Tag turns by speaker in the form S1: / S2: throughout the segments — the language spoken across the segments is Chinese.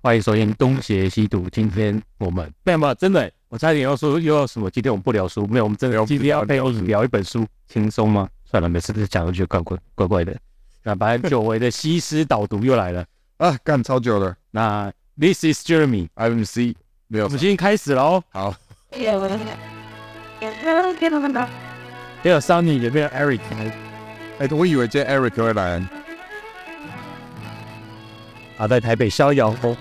S1: 欢迎收听《东邪西毒》。今天我们没有没有，真的，我差点要说又要什么？今天我们不聊书，没有，我们真的今天要聊聊一本书，轻松吗？算了，每次都讲都觉得怪怪怪怪的。那反正久违的西施导读又来了。
S2: 啊，干超久了
S1: 那 This is Jeremy，
S2: ，I'm C 没有
S1: 我们今天开始哦喽。
S2: 好，
S1: 没有 Sunny，也没有 Eric，
S2: 哎、我以为今天 Eric 会来，
S1: 啊，在台北逍遥。哦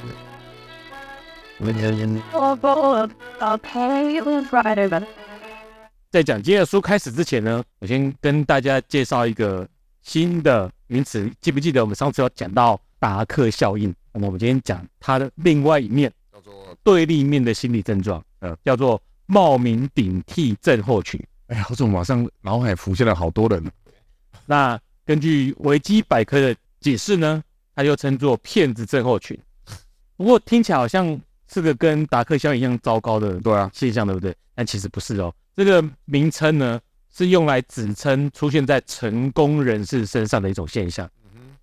S1: 在讲今天的书开始之前呢，我先跟大家介绍一个新的名词。记不记得我们上次有讲到达克效应？那么我们今天讲它的另外一面，
S2: 叫做
S1: 对立面的心理症状，呃，叫做冒名顶替症候群。
S2: 哎呀，我怎么马上脑海浮现了好多人？
S1: 那根据维基百科的解释呢，它又称作骗子症候群。不过听起来好像是个跟达克效应一样糟糕的
S2: 对啊，
S1: 现象，对不对？但其实不是哦。这个名称呢，是用来指称出现在成功人士身上的一种现象。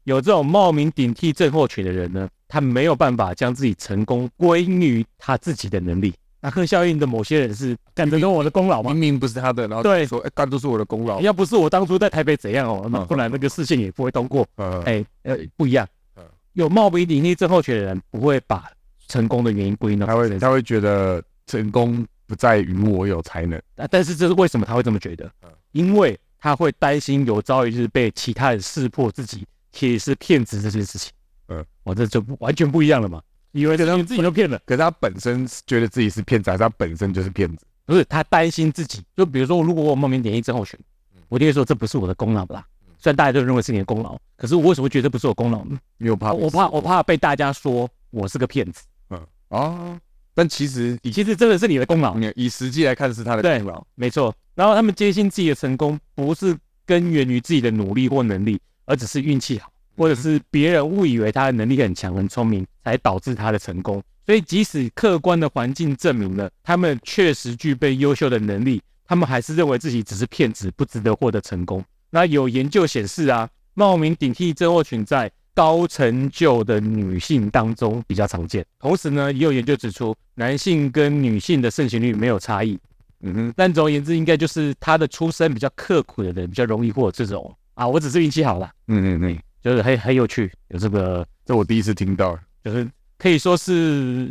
S1: 有这种冒名顶替症候群的人呢，他没有办法将自己成功归于他自己的能力。达克效应的某些人是干得跟我的功劳吗
S2: 明？明不是他的，然后
S1: 对
S2: 说，哎、干都是我的功劳，
S1: 要不是我当初在台北怎样哦，那
S2: 嗯
S1: 不然那个视线也不会通过。
S2: 呃，
S1: 哎、呃，不一样
S2: 嗯。
S1: 有冒名顶替症候群的人不会把成功的原因归因到
S2: 他
S1: 自己
S2: 会
S1: 身上
S2: 他会觉得成功不在于我有才能，
S1: 但但是这是为什么他会这么觉得
S2: 嗯？
S1: 因为他会担心有朝一日被其他人识破自己其实是骗子这件事情。
S2: 嗯，
S1: 我这就不完全不一样了嘛，以为连自己都骗了，
S2: 可是他本身是觉得自己是骗子，还是他本身就是骗子？
S1: 不是他担心自己。就比如说，如果我冒名顶替症候群
S2: 嗯，
S1: 我就会说这不是我的功劳啦。虽然大家都认为是你的功劳，可是我为什么觉得这不是我功劳呢？
S2: 因为我怕
S1: 我怕我怕被大家说我是个骗子，
S2: 嗯哦，但其实以
S1: 其实真的是你的功劳。
S2: 你以实际来看是他的
S1: 对
S2: 功劳，
S1: 没错。然后他们坚信自己的成功不是根源于自己的努力或能力，而只是运气
S2: 嗯
S1: 好，或者是别人误以为他的能力很强、很聪明，才导致他的成功。所以，即使客观的环境证明了他们确实具备优秀的能力，他们还是认为自己只是骗子，不值得获得成功。那有研究显示啊，冒名顶替症候群在高成就的女性当中比较常见。同时呢，也有研究指出，男性跟女性的盛行率没有差异，
S2: 嗯哼，
S1: 但总而言之，应该就是他的出身比较刻苦的人，比较容易获得这种啊，我只是运气好啦，哎
S2: 嗯嗯嗯，
S1: 就是很很有趣，有这个
S2: 这我第一次听到，
S1: 就是可以说是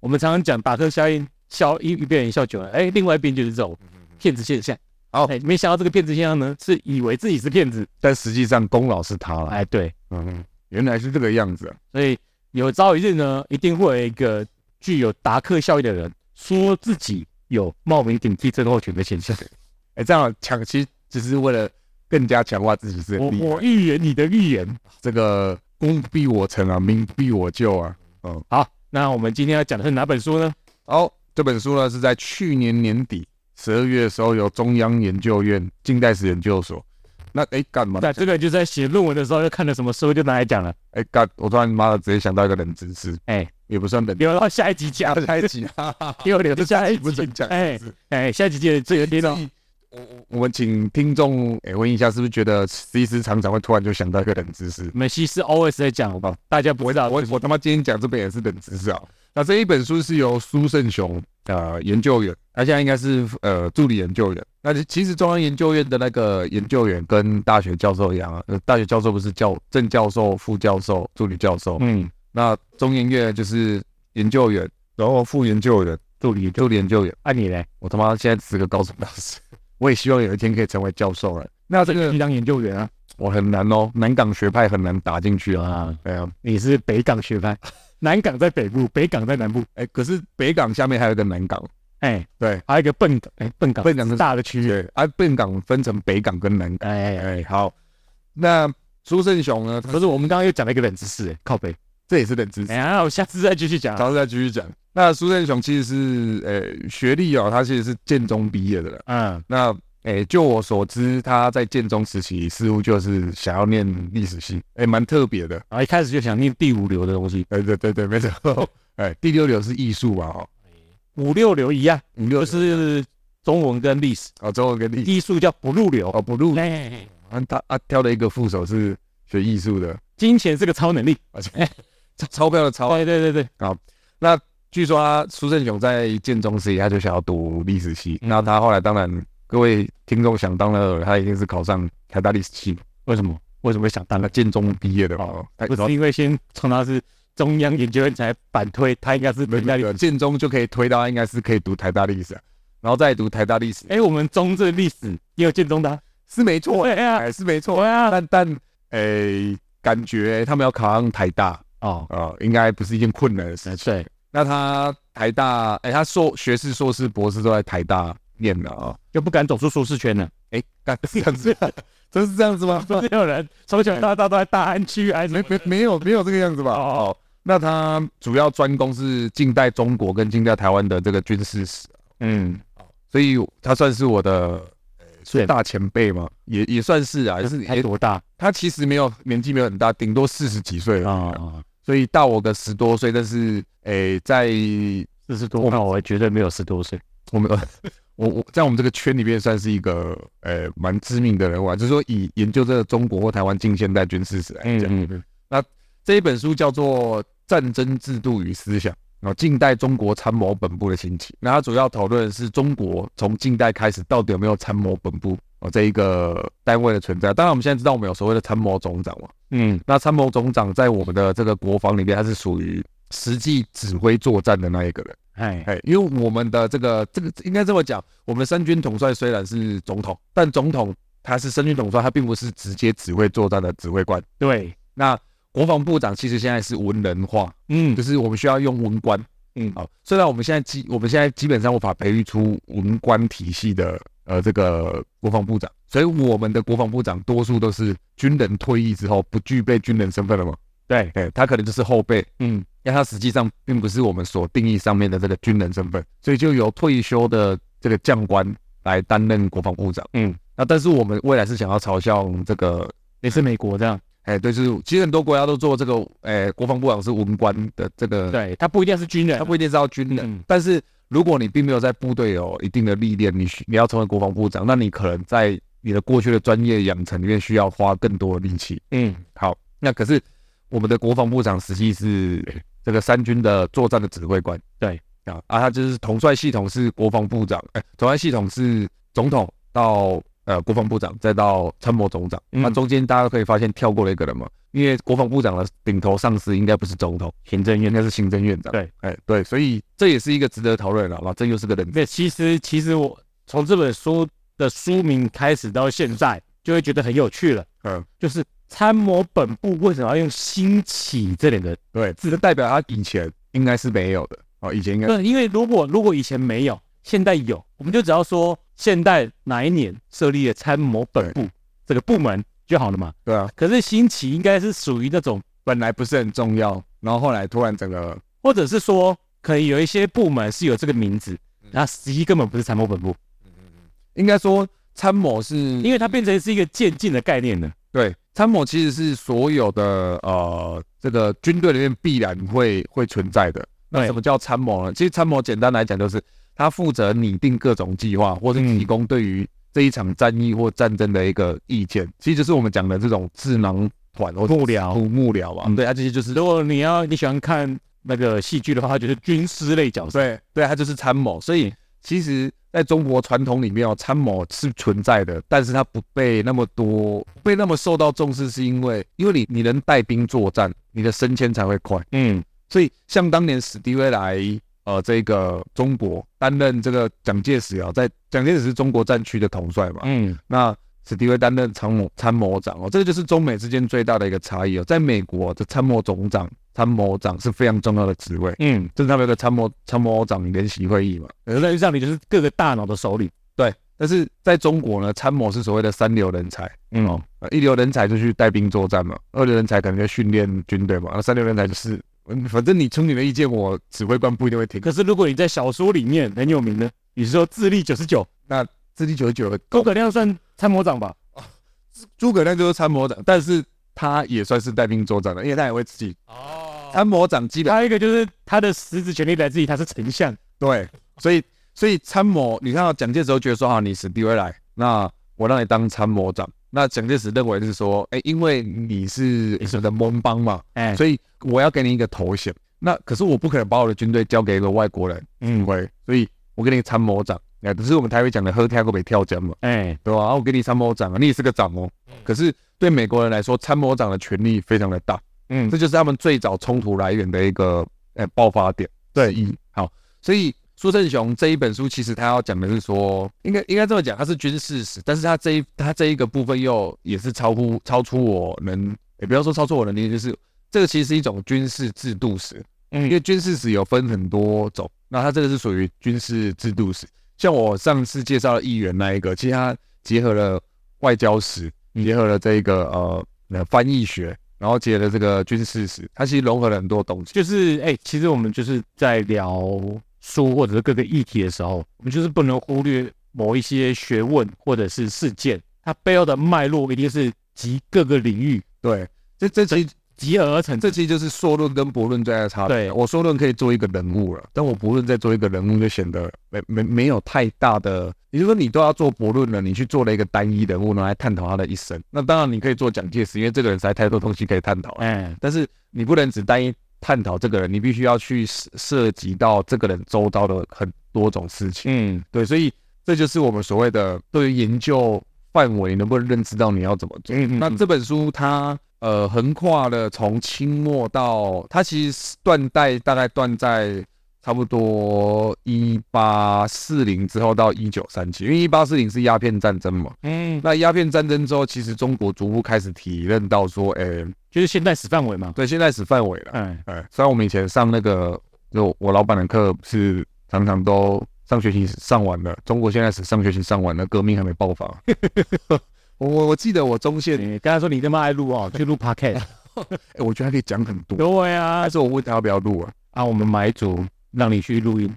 S1: 我们常常讲达克效应，笑一一边人笑久了，哎，另外一边就是这种骗子现象。
S2: 嗯好
S1: 哎，没想到这个骗子现象呢，是以为自己是骗子，
S2: 但实际上功劳是他了，
S1: 哎，对，
S2: 嗯，原来是这个样子啊、
S1: 所以有朝一日呢，一定会有一个具有达克效应的人说自己有冒名顶替症候群的现 象。
S2: 哎、这样抢其实只是为了更加强化自己是
S1: 我
S2: 力，
S1: 我预言你的预言，
S2: 这个功必我成啊，名必我就啊。
S1: 好，那我们今天要讲的是哪本书呢？
S2: 好，这本书呢是在去年年底十二月的时候，由中央研究院近代史研究所。那哎干嘛？
S1: 对，这个就在写论文的时候，就看了什么书就拿来讲了。
S2: 哎干！我突然妈的直接想到一个冷知识，
S1: 哎，
S2: 也不算冷知
S1: 留到下一集讲，
S2: 识，下一集啊，
S1: 又 留到下一
S2: 不
S1: 集
S2: 是讲
S1: 哎哎，下一集记得最有听到。
S2: 我我我们请听众哎问一下，是不是觉得思思常常会突然就想到一个冷知识？
S1: 我们西施 always 在讲，好不好？大家不知道，
S2: 啊我我他妈今天讲这本也是冷知识啊。那这一本书是由苏胜雄呃研究员，他现在应该是呃助理研究员。那其实中央研究院的那个研究员跟大学教授一样啊，呃、大学教授不是教正教授、副教授、助理教授，
S1: 嗯，
S2: 那中研院就是研究员，然后副研究员、
S1: 助理就
S2: 助理研究员。
S1: 按啊你 嘞，
S2: 我他妈现在只是个高中老师， 我也希望有一天可以成为教授了。那这个
S1: 去当研究员啊。
S2: 我很难哦，南港学派很难打进去啊。
S1: 啊，
S2: 哎呀、
S1: 你是北港学派，南港在北部，北港在南部。
S2: 哎、可是北港下面还有一个南港。
S1: 哎，
S2: 对，
S1: 还有一个笨港，哎，笨港，
S2: 笨港是
S1: 大的区域。
S2: 对，啊，笨港分成北港跟南港。
S1: 哎，哎
S2: 哎，好，那苏胜雄呢？
S1: 不是，我们刚刚又讲了一个冷知识，哎靠北。
S2: 这也是冷知识
S1: 哎，呀，我下次再继续讲。
S2: 然后再继续讲。那苏胜雄其实是呃学历哦，他其实是建中毕业的了。
S1: 嗯，
S2: 那诶、就我所知，他在建中时期似乎就是想要念历史系，诶、蛮特别的。
S1: 啊，一开始就想念第五流的东西，
S2: 对对对对，没错。哎，第六流是艺术嘛，哦，
S1: 五六流一样，
S2: 五六
S1: 就
S2: 流
S1: 是中文跟历史，
S2: 哦，中文跟历
S1: 艺术叫嗯不入流。
S2: 哦不入，
S1: 哎，
S2: 啊他啊挑了一个副手是学艺术的，
S1: 金钱是个超能力，
S2: 而且钞票的钞。
S1: 对对对对，
S2: 那据说他苏振雄在建中时期他就想要读历史系，
S1: 嗯
S2: 那他后来当然各位听众想当然尔，他一定是考上台大历史系嘛，
S1: 为什么为什么会想当
S2: 那？建中毕业的嘛哎
S1: 哦，
S2: 他
S1: 不是因为先从他是中央研究院才反推，他应该是
S2: 没有
S1: 评
S2: 没
S1: 价
S2: 有
S1: 里
S2: 没。有建中就可以推到他应该是可以读台大历史啊，然后再读台大历史
S1: 哎、我们中正历史也有建中的、啊，
S2: 是没错欸，
S1: 对啊，
S2: 哎是没错
S1: 对，啊，
S2: 但但诶、感觉他们要考上台大
S1: 哦，
S2: 啊、应该不是一件困难的事情。
S1: 对，
S2: 那他台大，哎、他硕学士、硕士、博士都在台大念的啊、
S1: 就不敢走出舒适圈了。
S2: 哎、干是这样子，真是这样子吗？
S1: 没有人从小到大都在大安区，还是
S2: 没没没有没有这个样子吧？
S1: 哦
S2: 哦，那他主要专攻是近代中国跟近代台湾的这个军事史，
S1: 嗯，
S2: 所以他算是我的。呃
S1: 是
S2: 大前辈嘛，也也算是啊，也是
S1: 还
S2: 也
S1: 多大
S2: 他其实没有年纪没有很大，顶多四十几岁了
S1: 啊？啊
S2: 所以大我个十多岁，但是诶、在
S1: 四十多，那我绝对没有十多岁。
S2: 我们 我我在我们这个圈里面算是一个呃蛮知名的人物啊，就是说以研究这个中国或台湾近现代军事史来讲，
S1: 嗯嗯，
S2: 这一本书叫做《战争制度与思想》。然后近代中国参谋本部的兴起，那它主要讨论的是中国从近代开始到底有没有参谋本部哦这一个单位的存在。当然，我们现在知道我们有所谓的参谋总长嘛，
S1: 嗯
S2: 那参谋总长在我们的这个国防里面，他是属于实际指挥作战的那一个人。
S1: 哎，
S2: 哎，因为我们的这个这个应该这么讲，我们三军统帅虽然是总统，但总统他是三军统帅，他并不是直接指挥作战的指挥官。
S1: 对，
S2: 那国防部长其实现在是文人化，
S1: 嗯
S2: 就是我们需要用文官。
S1: 嗯
S2: 好，虽然我们现在基我们现在基本上无法培育出文官体系的呃这个国防部长，所以我们的国防部长多数都是军人退役之后不具备军人身份了嘛，
S1: 对，
S2: 对他可能就是后辈，
S1: 嗯
S2: 因为他实际上并不是我们所定义上面的这个军人身份，所以就由退休的这个将官来担任国防部长。
S1: 嗯，
S2: 那但是我们未来是想要朝向这个，
S1: 也是美国这样，
S2: 哎，对，就是其实很多国家都做这个，哎，国防部长是文官的这个，，
S1: 对他不一定是军人，
S2: 他不一定是要军人，
S1: 嗯
S2: 但是如果你并没有在部队有一定的历练，你需你要成为国防部长，那你可能在你的过去的专业养成里面需要花更多的力气。
S1: 嗯
S2: 好，那可是我们的国防部长实 际是这个三军的作战的指挥官，
S1: 对
S2: 啊啊，他就是统帅系统是国防部长，哎、统帅系统是总统到呃国防部长，再到参谋总长，
S1: 嗯
S2: 那、中间大家可以发现跳过了一个人嘛，因为国防部长的顶头上司应该不是总统，
S1: 行政院
S2: 应该是行政院长，
S1: 对，
S2: 哎、对，所以这也是一个值得讨论的，那这又是个人
S1: 对，其实其实我从这本书的书名开始到现在，就会觉得很有趣了。
S2: 嗯，
S1: 就是参谋本部为什么要用“兴起”这两个？
S2: 对，只是代表他以前应该是没有的，哦，以前应该
S1: 对，因为如果如果以前没有，现在有，我们就只要说现代哪一年设立了参谋本部这个部门就好了嘛。
S2: 对啊，
S1: 可是兴起应该是属于那种，
S2: 本来不是很重要，然后后来突然整个。
S1: 或者是说，可能有一些部门是有这个名字，那实际根本不是参谋本部，
S2: 应该说参谋是，因
S1: 因为它变成是一个渐进的概念了。
S2: 对参谋其实是所有的呃这个军队里面必然会会存在的。那
S1: 对
S2: 什么叫参谋呢？其实参谋简单来讲就是他负责拟定各种计划，或是
S1: 嗯
S2: 提供对于这一场战役或战争的一个意见。其实就是我们讲的这种智囊团或
S1: 幕僚
S2: 幕幕僚吧。
S1: 嗯
S2: 对，他这些就是
S1: 如果你要你喜欢看那个戏剧的话，就是军师类角色。
S2: 对对，他就是参谋。所以其实在中国传统里面哦，参谋是存在的，但是他不被那么多不被那么受到重视，是因为因为你你能带兵作战，你的升迁才会快。
S1: 嗯，
S2: 所以像当年史迪威来呃这个中国担任这个蒋介石啊，在蒋介石是中国战区的统帅嘛，
S1: 嗯
S2: 那史迪威担任参谋参谋长哦，这个就是中美之间最大的一个差异哦。在美国，这参谋总长、参谋长是非常重要的职位。
S1: 嗯，
S2: 就是他们有个参谋参谋长联席会议嘛。呃
S1: 那就让你就是各个大脑的首领。
S2: 对，但是在中国呢，参谋是所谓的三流人才，
S1: 嗯哦，
S2: 呃，一流人才就去带兵作战嘛，二流人才可能就训练军队嘛，那三流人才就是，嗯反正你出你的意见，我指挥官不一定会听。
S1: 可是如果你在小说里面很有名的，你是说智力九十九，
S2: 那自己九九的
S1: 诸葛亮算参谋长吧？
S2: 诸葛亮就是参谋长，但是他也算是带兵作战的，因为他也会自己
S1: 哦，
S2: 参谋长基本
S1: 还有一个就是他的实质权力来自于他是丞相。
S2: 对，所以所以参谋，你看到蒋介石都觉得说啊，你史迪威来，那我让你当参谋长，那蒋介石认为是说，哎，因为你是你的盟邦嘛，
S1: 哎，
S2: 所以我要给你一个头衔。那可是我不可能把我的军队交给一个外国人指
S1: 嗯，
S2: 挥，所以我给你参谋长。哎，只是我们台湾讲的喝跳过北跳江嘛，
S1: 哎，
S2: 对吧？然后我给你参谋长啊，你也是个长哦。
S1: 嗯
S2: 可是对美国人来说，参谋长的权力非常的大，
S1: 嗯
S2: 这，就是他们最早冲突来源的一个呃爆发点。对，一好，所以苏胜雄这一本书其实他要讲的是说，应该应该这么讲，它是军事史，但是他这一他这一个部分又也是超乎超出我能，也不要说超出我能力，就是这个其实是一种军事制度史，因
S1: 嗯，
S2: 为军事史有分很多种，那它这个是属于军事制度史。像我上次介绍的议员那一个，其实它结合了外交史，结合了这个呃呃翻译学，然后结合了这个军事史，它其实融合了很多东西。
S1: 就是哎，其实我们就是在聊书或者是各个议题的时候，我们就是不能忽略某一些学问或者是事件，它背后的脉络一定是集各个领域
S2: 对，这这其实
S1: 集合而成。
S2: 这其实就是硕论跟博论最大的差别。
S1: 对
S2: 我硕论可以做一个人物了，但我博论再做一个人物就显得没没没有太大的。也就是说，你都要做博论了，你去做了一个单一人物，然后来探讨他的一生。那当然，你可以做蒋介石，因为这个人实在太多东西可以探讨了。
S1: 哎，
S2: 但是你不能只单一探讨这个人，你必须要去涉涉及到这个人周遭的很多种事情。
S1: 嗯，
S2: 对，所以这就是我们所谓的对于研究范围，你能不能认知到你要怎么做。
S1: 嗯嗯
S2: 那
S1: 嗯
S2: 这本书它呃横跨了从清末到它其实断代大概断在差不多一八四零之后到一九三七，因为一八四零是鸦片战争嘛。
S1: 嗯，
S2: 那鸦片战争之后，其实中国逐步开始体认到说，哎、
S1: 就是现代史范围嘛。
S2: 对现在史范围了。
S1: 哎，
S2: 哎，虽然我们以前上那个，就我老板的课是常常都上学期上完了，中国现在是上学期上完了，革命还没爆发。 我我我记得我中线，
S1: 你刚才说你这么爱录哦，去录 podcast。
S2: 哎我觉得还可以讲很多。
S1: 对啊
S2: 但，是我问他要不要录啊？
S1: 啊，我们买组让你去录音，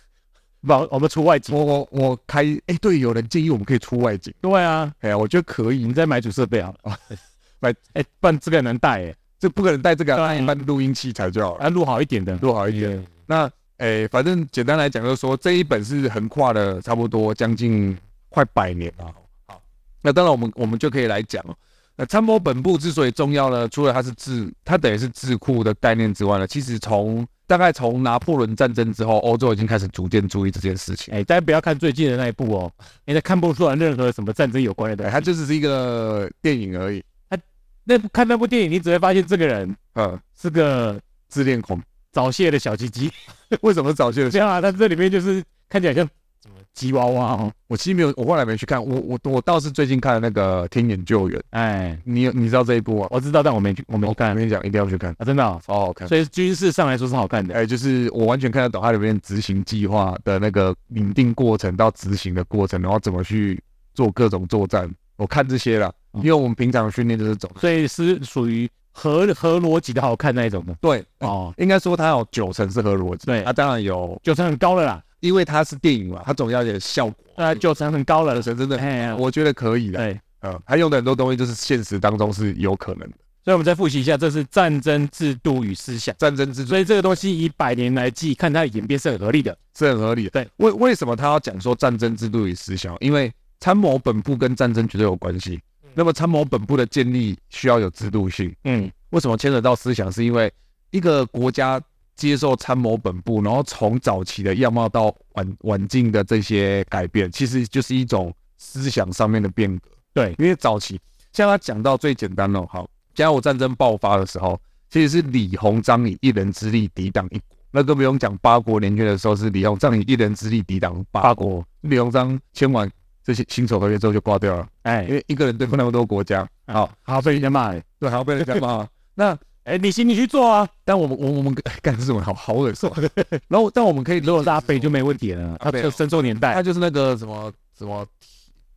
S1: 不，我们出外景。
S2: 我我我开，哎、对，有人建议我们可以出外景，
S1: 对啊，
S2: 哎呀，我觉得可
S1: 你
S2: 以，
S1: 们再买组设备好啊了。
S2: 买
S1: 哎、不然这个很难带哎、
S2: 这不可能带这个
S1: 对
S2: 一般录音器材就好了，
S1: 啊，录好一点的，
S2: 录好一点。
S1: 点。
S2: 那诶、反正简单来讲，就是说这一本是横跨了差不多将近快百年了。好，那当然我们我们就可以来讲哦。那参谋本部之所以重要呢，除了它是智，它等于是智库的概念之外呢，其实从大概从拿破仑战争之后，欧洲已经开始逐渐注意这件事情。
S1: 哎、大家不要看最近的那一部哦，你家看不出来任何什么战争有关的东西。
S2: 对，哎它就只是一个电影而已。
S1: 那部看那部电影，你只会发现这个人
S2: 呃，
S1: 是个
S2: 自恋狂，
S1: 早泄的小鸡鸡。
S2: 为什么早泄的
S1: 这样啊，他这里面就是看起来像什么吉娃娃哦。
S2: 我其实没有，我后来没去看，我我我倒是最近看了那个《天眼救援》，
S1: 哎，
S2: 你有你知道这一部吗？
S1: 我知道，但我没去，我没去
S2: 我
S1: 看
S2: 跟你讲，一定要去看，
S1: 啊，真的哦、
S2: 超好看。
S1: 所以军事上来说是好看的。
S2: 哎、就是我完全看得懂它里面执行计划的那个拟定过程到执行的过程，然后怎么去做各种作战。我看这些啦，
S1: 嗯
S2: 因为我们平常训练就是走。
S1: 所以是属于合合逻辑的好看那一种的
S2: 对，
S1: 哦，
S2: 应该说它有九成是合逻辑。
S1: 对
S2: 它、当然有，
S1: 九成很高了啦，
S2: 因为它是电影嘛，它总要有点效果。
S1: 呃，九成很高了
S2: 九，成真的，
S1: 哎呀，
S2: 我觉得可以的。
S1: 对，
S2: 嗯，它用的很多东西就是现实当中是有可能的。
S1: 所以我们再复习一下，这是战争制度与思想，
S2: 战争之中
S1: 所以这个东西以百年来计，看它的演变是很合理的。
S2: 是很合理的。
S1: 对，
S2: 为为什么他要讲说战争制度与思想？因为参谋本部跟战争绝对有关系。那么参谋本部的建立需要有制度性。
S1: 嗯
S2: 为什么牵扯到思想？是因为一个国家接受参谋本部，然后从早期的样貌到晚晚近的这些改变，其实就是一种思想上面的变革。
S1: 对，
S2: 因为早期像他讲到最简单哦，好，甲午战争爆发的时候，其实是李鸿章以一人之力抵挡一国。那更不用讲八国联军的时候，是李鸿章以一人之力抵挡八
S1: 八
S2: 国。
S1: 国，
S2: 李鸿章签完这些辛丑合约之后就挂掉了，
S1: 哎
S2: 因，为一个人对付那么多国家，好，
S1: 好被人家骂了，
S2: 对，还要被人家骂。那
S1: 哎，你行你去做啊，
S2: 但我们我我们干这种好好恶心。然后，但我们可以如
S1: 做
S2: 果
S1: 大
S2: 拉
S1: 背就没问题了，
S2: 阿
S1: 他
S2: 北哦
S1: 就深受年代
S2: 他，就是那个什么什么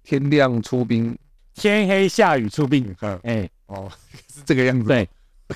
S2: 天亮出兵，
S1: 天黑下雨出
S2: 你
S1: 兵，
S2: 看
S1: 哎，
S2: 哦 是这个样子。
S1: 对，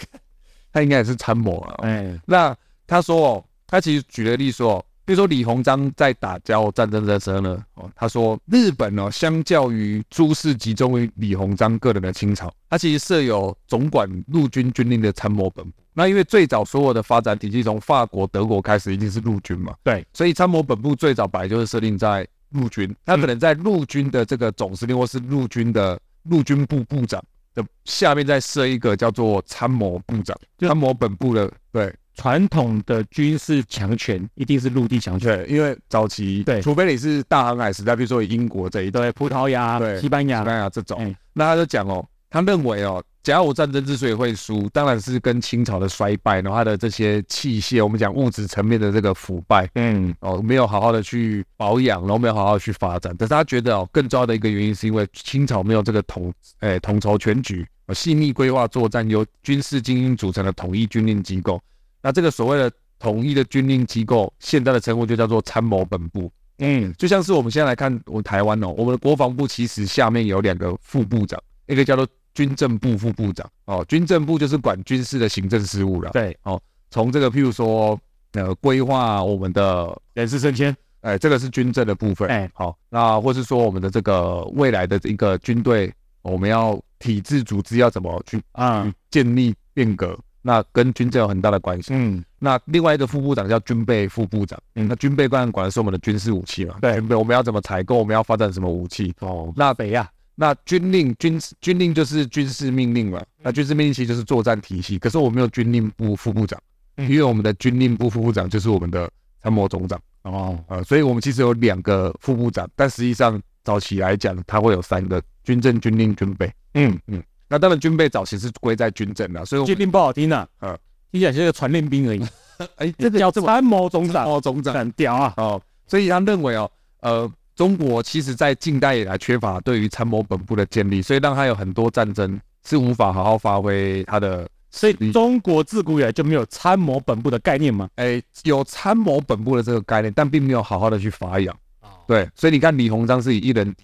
S2: 他应该也是参谋啊。
S1: 哎，
S2: 那他说哦，他其实举了例说哦，比如说李鸿章在打甲午战争的时候呢，哦，他说日本哦，相较于诸事集中于李鸿章个人的清朝，他其实设有总管陆军军令的参谋本部。那因为最早所有的发展体系从法国、德国开始，一定是陆军嘛，
S1: 对，
S2: 所以参谋本部最早本来就是设定在陆军，他可能在陆军的这个总司令或是陆军的陆军部部长的下面再设一个叫做参谋部长、参谋本部的。对
S1: 传统的军事强权一定是陆地强权，
S2: 对，因为早期
S1: 对
S2: 除非你是大航海时代，比如说英国这一段、
S1: 哎对，葡萄牙
S2: 对、
S1: 西班
S2: 西
S1: 牙，
S2: 班牙这种，
S1: 哎
S2: 那他就讲哦，他认为哦，甲午战争之所以会输，当然是跟清朝的衰败，然后他的这些器械，我们讲物质层面的这个腐败，
S1: 嗯，
S2: 哦，没有好好的去保养，然后没有好好地去发展。但是他觉得哦，更重要的一个原因是因为清朝没有这个统，诶、统筹全局，哦细密规划作战，由军事精英组成的统一军令机构。那这个所谓的统一的军令机构，现在的称呼就叫做参谋本部。
S1: 嗯，
S2: 就像是我们现在来看，我台湾哦，我们的国防部其实下面有两个副部长，一个叫做军政部副部长，哦，军政部就是管军事的行政事务了。
S1: 对，
S2: 从这个譬如说，呃，规划我们的
S1: 人事升迁，
S2: 哎，这个是军政的部分。
S1: 哎
S2: 好，那或是说我们的这个未来的一个军队，我们要体制组织要怎么去
S1: 啊，
S2: 建立变革，那跟军政有很大的关系。
S1: 嗯，
S2: 那另外一个副部长叫军备副部长，
S1: 嗯
S2: 那军备官管的是我们的军事武器嘛？
S1: 对
S2: 军备我们要怎么采购，我们要发展什么武器？
S1: 哦，
S2: 那北亚，那军令军军令就是军事命令嘛，
S1: 嗯
S2: 那军事命令其实就是作战体系。可是我们没有军令部副部长，
S1: 嗯
S2: 因为我们的军令部副部长就是我们的参谋总长。
S1: 哦，
S2: 呃，所以我们其实有两个副部长，但实际上早期来讲，它会有三个：军政、军令、军备。
S1: 嗯，
S2: 那当然，军备早期是归在军政啦，所以我
S1: 军令不好听呐，
S2: 嗯
S1: 听起来像个传令兵而已，
S2: 哎，
S1: 这
S2: 这
S1: 个
S2: 个
S1: 叫参谋总长，
S2: 哦，总长
S1: 很屌 啊，
S2: 哦，所以他认为哦，呃，中国其实在近代以来缺乏对于参谋本部的建立，所以让他有很多战争是无法好好发挥他的。
S1: 所以中国自古以来就没有参谋本部的概念嘛，
S2: 哎，有参谋本部的这个概念，但并没有好好的去发扬。
S1: 哦
S2: 对，所以你看，李鸿章是以一人敌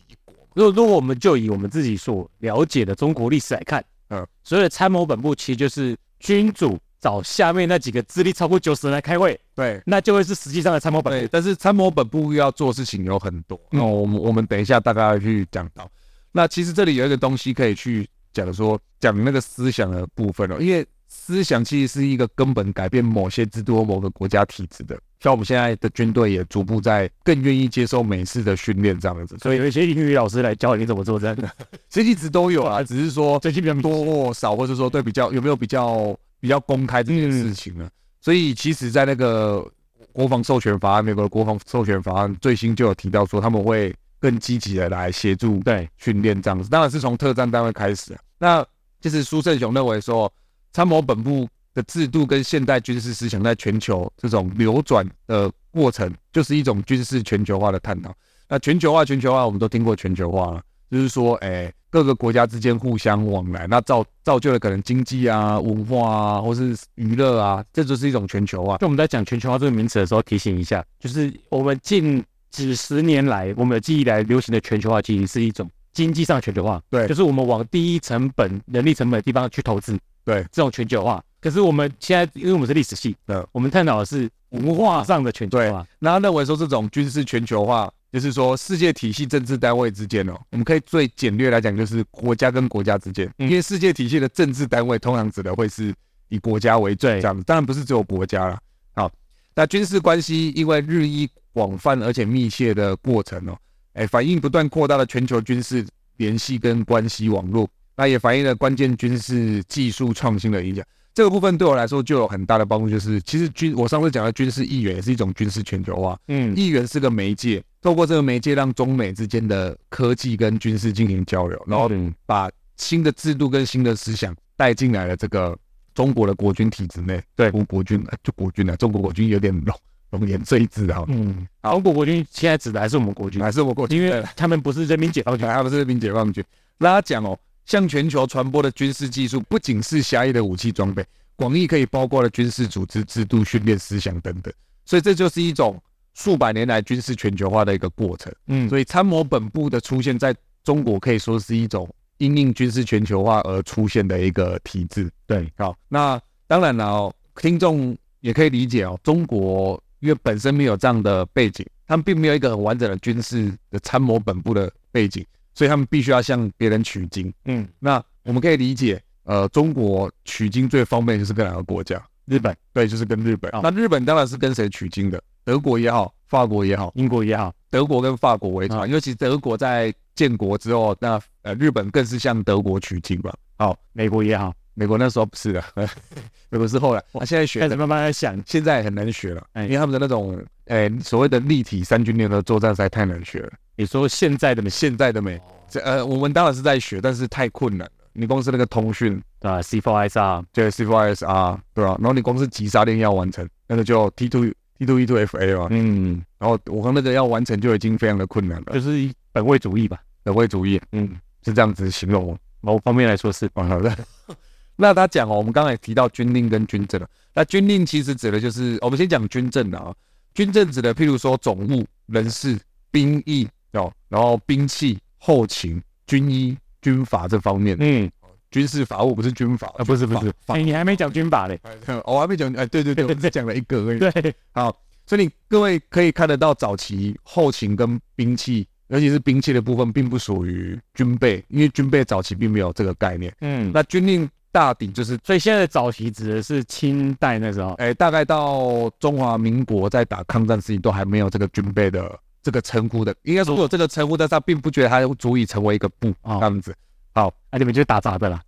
S1: 如果如果我们就以我们自己所了解的中国历史来看，
S2: 嗯，
S1: 所有的参谋本部其实就是军主找下面那几个资历超过九十人来开会，
S2: 对
S1: 那就会是实际上的参谋本
S2: 对，
S1: 部。嗯
S2: 但是参谋本部要做事情有很多，那、我们我们等一下大概会去讲到。那其实这里有一个东西可以去讲说，讲那个思想的部分哦，因为思想其实是一个根本改变某些制度或某个国家体制的。像我们现在的军队也逐步在更愿意接受美式的训练这样子，所
S1: 所以有一些英语老师来教你怎么作战，
S2: 以其实一直都有啊，只是说
S1: 最近比较多。
S2: 多或少，或者说对比较有没有比较比较公开这
S1: 嗯
S2: 件事情呢？所以其实，在那个国防授权法案，美国的国防授权法案最新就有提到说，他们会更积极的来协助
S1: 对，
S2: 训练这样子，当然是从特战单位开始啊、那就是苏胜雄认为说，参谋本部的制度跟现代军事思想在全球这种流转的过程，就是一种军事全球化的探讨。那全球化，全球化，我们都听过全球化了，就是说，哎、各个国家之间互相往来，那造造就了可能经济啊、文化啊，或是娱乐啊，这就是一种全球化。
S1: 就我们在讲全球化这个名词的时候，提醒一下，就是我们近几十年来，我们有记忆来流行的全球化，其实是一种经济上的全球化，
S2: 对
S1: 就是我们往低成本、人力成本的地方去投资，
S2: 对，
S1: 这种全球化。可是我们现在，因为我们是历史系，
S2: 嗯
S1: 我们探讨的是文化上的全球
S2: 对
S1: 化，
S2: 那他认为说这种军事全球化，就是说世界体系政治单位之间哦，我们可以最简略来讲，就是国家跟国家之间，
S1: 嗯
S2: 因为世界体系的政治单位通常指的会是以国家为主
S1: 对
S2: 这样子，当然不是只有国家啦。好，那军事关系因为日益广泛而且密切的过程哦，哎，反映不断扩大的全球军事联系跟关系网络，那也反映了关键军事技术创新的影响。这个部分对我来说就有很大的帮助，就是其实军我上次讲的军事议员也是一种军事全球化，
S1: 嗯，
S2: 议员是个媒介，透过这个媒介让中美之间的科技跟军事进行交流，然后
S1: 嗯
S2: 把新的制度跟新的思想带进来了这个中国的国军体制内。
S1: 对
S2: 国国军呃就国军啊，中国国军有点 容容颜赘字啊，
S1: 嗯，中国国军现在指的还是我们国军，
S2: 还是我国军
S1: 因
S2: 对
S1: 为
S2: 了
S1: 他们不是人民解放军，
S2: 他们是民解放军。那他讲哦，向全球传播的军事技术不仅是狭义的武器装备，广义可以包括了军事组织、制度、训练、思想等等。所以这就是一种数百年来军事全球化的一个过程。
S1: 嗯，
S2: 所以参谋本部的出现在中国可以说是一种因应军事全球化而出现的一个体制。
S1: 对，
S2: 好，那当然了哦，听众也可以理解哦，中国因为本身没有这样的背景，他们并没有一个很完整的军事的参谋本部的背景，所以他们必须要向别人取经。
S1: 嗯，
S2: 那我们可以理解，呃，中国取经最方便就是跟哪个国家？
S1: 日本、
S2: 对，就是跟日本。
S1: 哦
S2: 那日本当然是跟谁取经的？德国也好，法国也好，
S1: 英国也好，
S2: 德国跟法国为
S1: 啊
S2: 传，尤其德国在建国之后，那呃日本更是向德国取经嘛。好，
S1: 美国也好，哦
S2: 美国那时候不是的， 美国是后来，他现在学
S1: 开始
S2: 的，
S1: 慢慢在想，
S2: 现在很难学了，
S1: 哎
S2: 因为他们的那种哎所谓的立体三军联合作战实在太难学了。
S1: 你说现在的美
S2: 现在的
S1: 哦
S2: 美，这呃我们当然是在学，但是太困难了。你光是那个通讯，
S1: 啊 C 4 S R
S2: 就是 C 4 S R 对啊吧、然后你光是急杀令要完成，那个就 T two T two E two F A 嘛。
S1: 嗯，
S2: 然后我刚那个要完成就已经非常的困难了，
S1: 就是本位主义吧，
S2: 本位主义
S1: 嗯，
S2: 是这样子形容吗
S1: 某方面来说是，
S2: 哦，好的。 那他讲哦，我们刚才提到军令跟军政了。那军令其实指的就是，哦我们先讲军政的啊。军政指的，譬如说总务、人事、兵役哦，然后兵器、后勤、军医、军法这方面，
S1: 嗯，
S2: 军事法务不是军法
S1: 啊不是不是，
S2: 法
S1: 哎、你还没讲军法嘞，
S2: 法我还没讲，哎，对对对，我只讲了一个而已。
S1: 对，
S2: 好，所以你各位可以看得到，早期后勤跟兵器，尤其是兵器的部分，并不属于军备，因为军备早期并没有这个概念。
S1: 嗯，
S2: 那军令大抵就是，
S1: 所以现在的早期指的是清代那时候，
S2: 哎，大概到中华民国在打抗战时期，都还没有这个军备的这个称呼的，应该说有这个称呼，但是他并不觉得它足以成为一个部
S1: 哦
S2: 这样子。
S1: 啊，你们就是打杂的啦，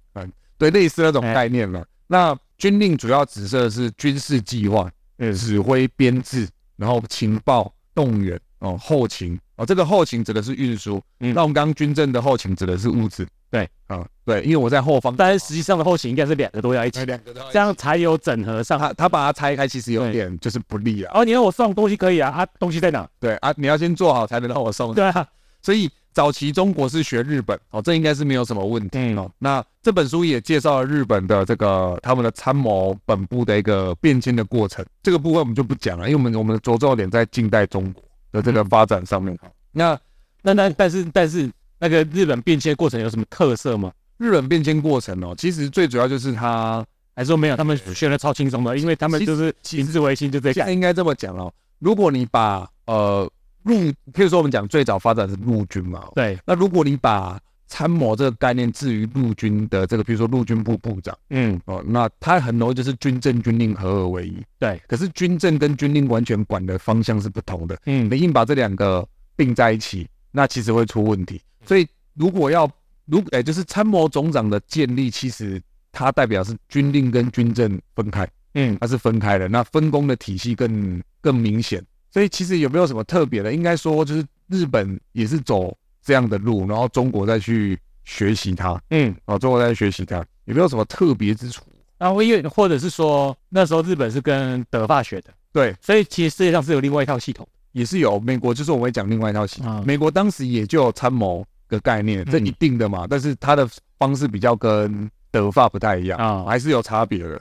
S2: 对，类似那
S1: 哎
S2: 种概念了。那军令主要指涉的是军事计划、呃
S1: 嗯
S2: 指挥编制，然后情报动员哦，后勤哦，这个后勤指的是运输。
S1: 嗯
S2: 那我们刚刚军政的后勤指的是物资。
S1: 对
S2: 啊、对，因为我在后方，
S1: 但是实际上的后勤应该是两个都要一起
S2: 哎，两个都要
S1: 这样才有整合上。啊
S2: 他他把它拆开，其实有点就是不利啊。
S1: 哦，你要我送东西可以啊，啊，东西在哪？
S2: 对啊，你要先做好才能让我送。
S1: 对啊，
S2: 所以早期中国是学日本哦，这应该是没有什么问题。
S1: 嗯
S2: 哦，那这本书也介绍了日本的这个他们的参谋本部的一个变迁的过程，这个部分我们就不讲了，因为我们我们的着重点在近代中国的这个发展上面。那
S1: 那那但是但是那个日本变迁过程有什么特色吗？
S2: 日本变迁过程哦，其实最主要就是它
S1: 还是说没有？他们选的超轻松的，因为他们
S2: 其实
S1: 就是明治维新就这
S2: 现在
S1: 样。
S2: 应该这么讲哦，如果你把呃陆，譬如说我们讲最早发展是陆军嘛，哦
S1: 对，
S2: 那如果你把参谋这个概念置于陆军的这个，比如说陆军部部长。
S1: 嗯，
S2: 哦，那它很容易就是军政军令合二为一。
S1: 对，
S2: 可是军政跟军令完全管的方向是不同的，
S1: 嗯
S2: 你硬把这两个并在一起，那其实会出问题。
S1: 嗯
S2: 所以如果要如哎、就是参谋总长的建立，其实它代表是军令跟军政分开，
S1: 嗯，
S2: 它是分开的，那分工的体系更更明显。所以其实有没有什么特别的？应该说就是日本也是走这样的路，然后中国再去学习它，
S1: 嗯，
S2: 哦，中国再去学习它，有没有什么特别之处？
S1: 然后因为或者是说那时候日本是跟德法学的，
S2: 对，
S1: 所以其实世界上是有另外一套系统。
S2: 也是有美国，就是我们会讲另外一套系统。
S1: 嗯
S2: 美国当时也就有参谋的概念，这一定的嘛，但是它的方式比较跟德法不太一样
S1: 啊
S2: 还是有差别的。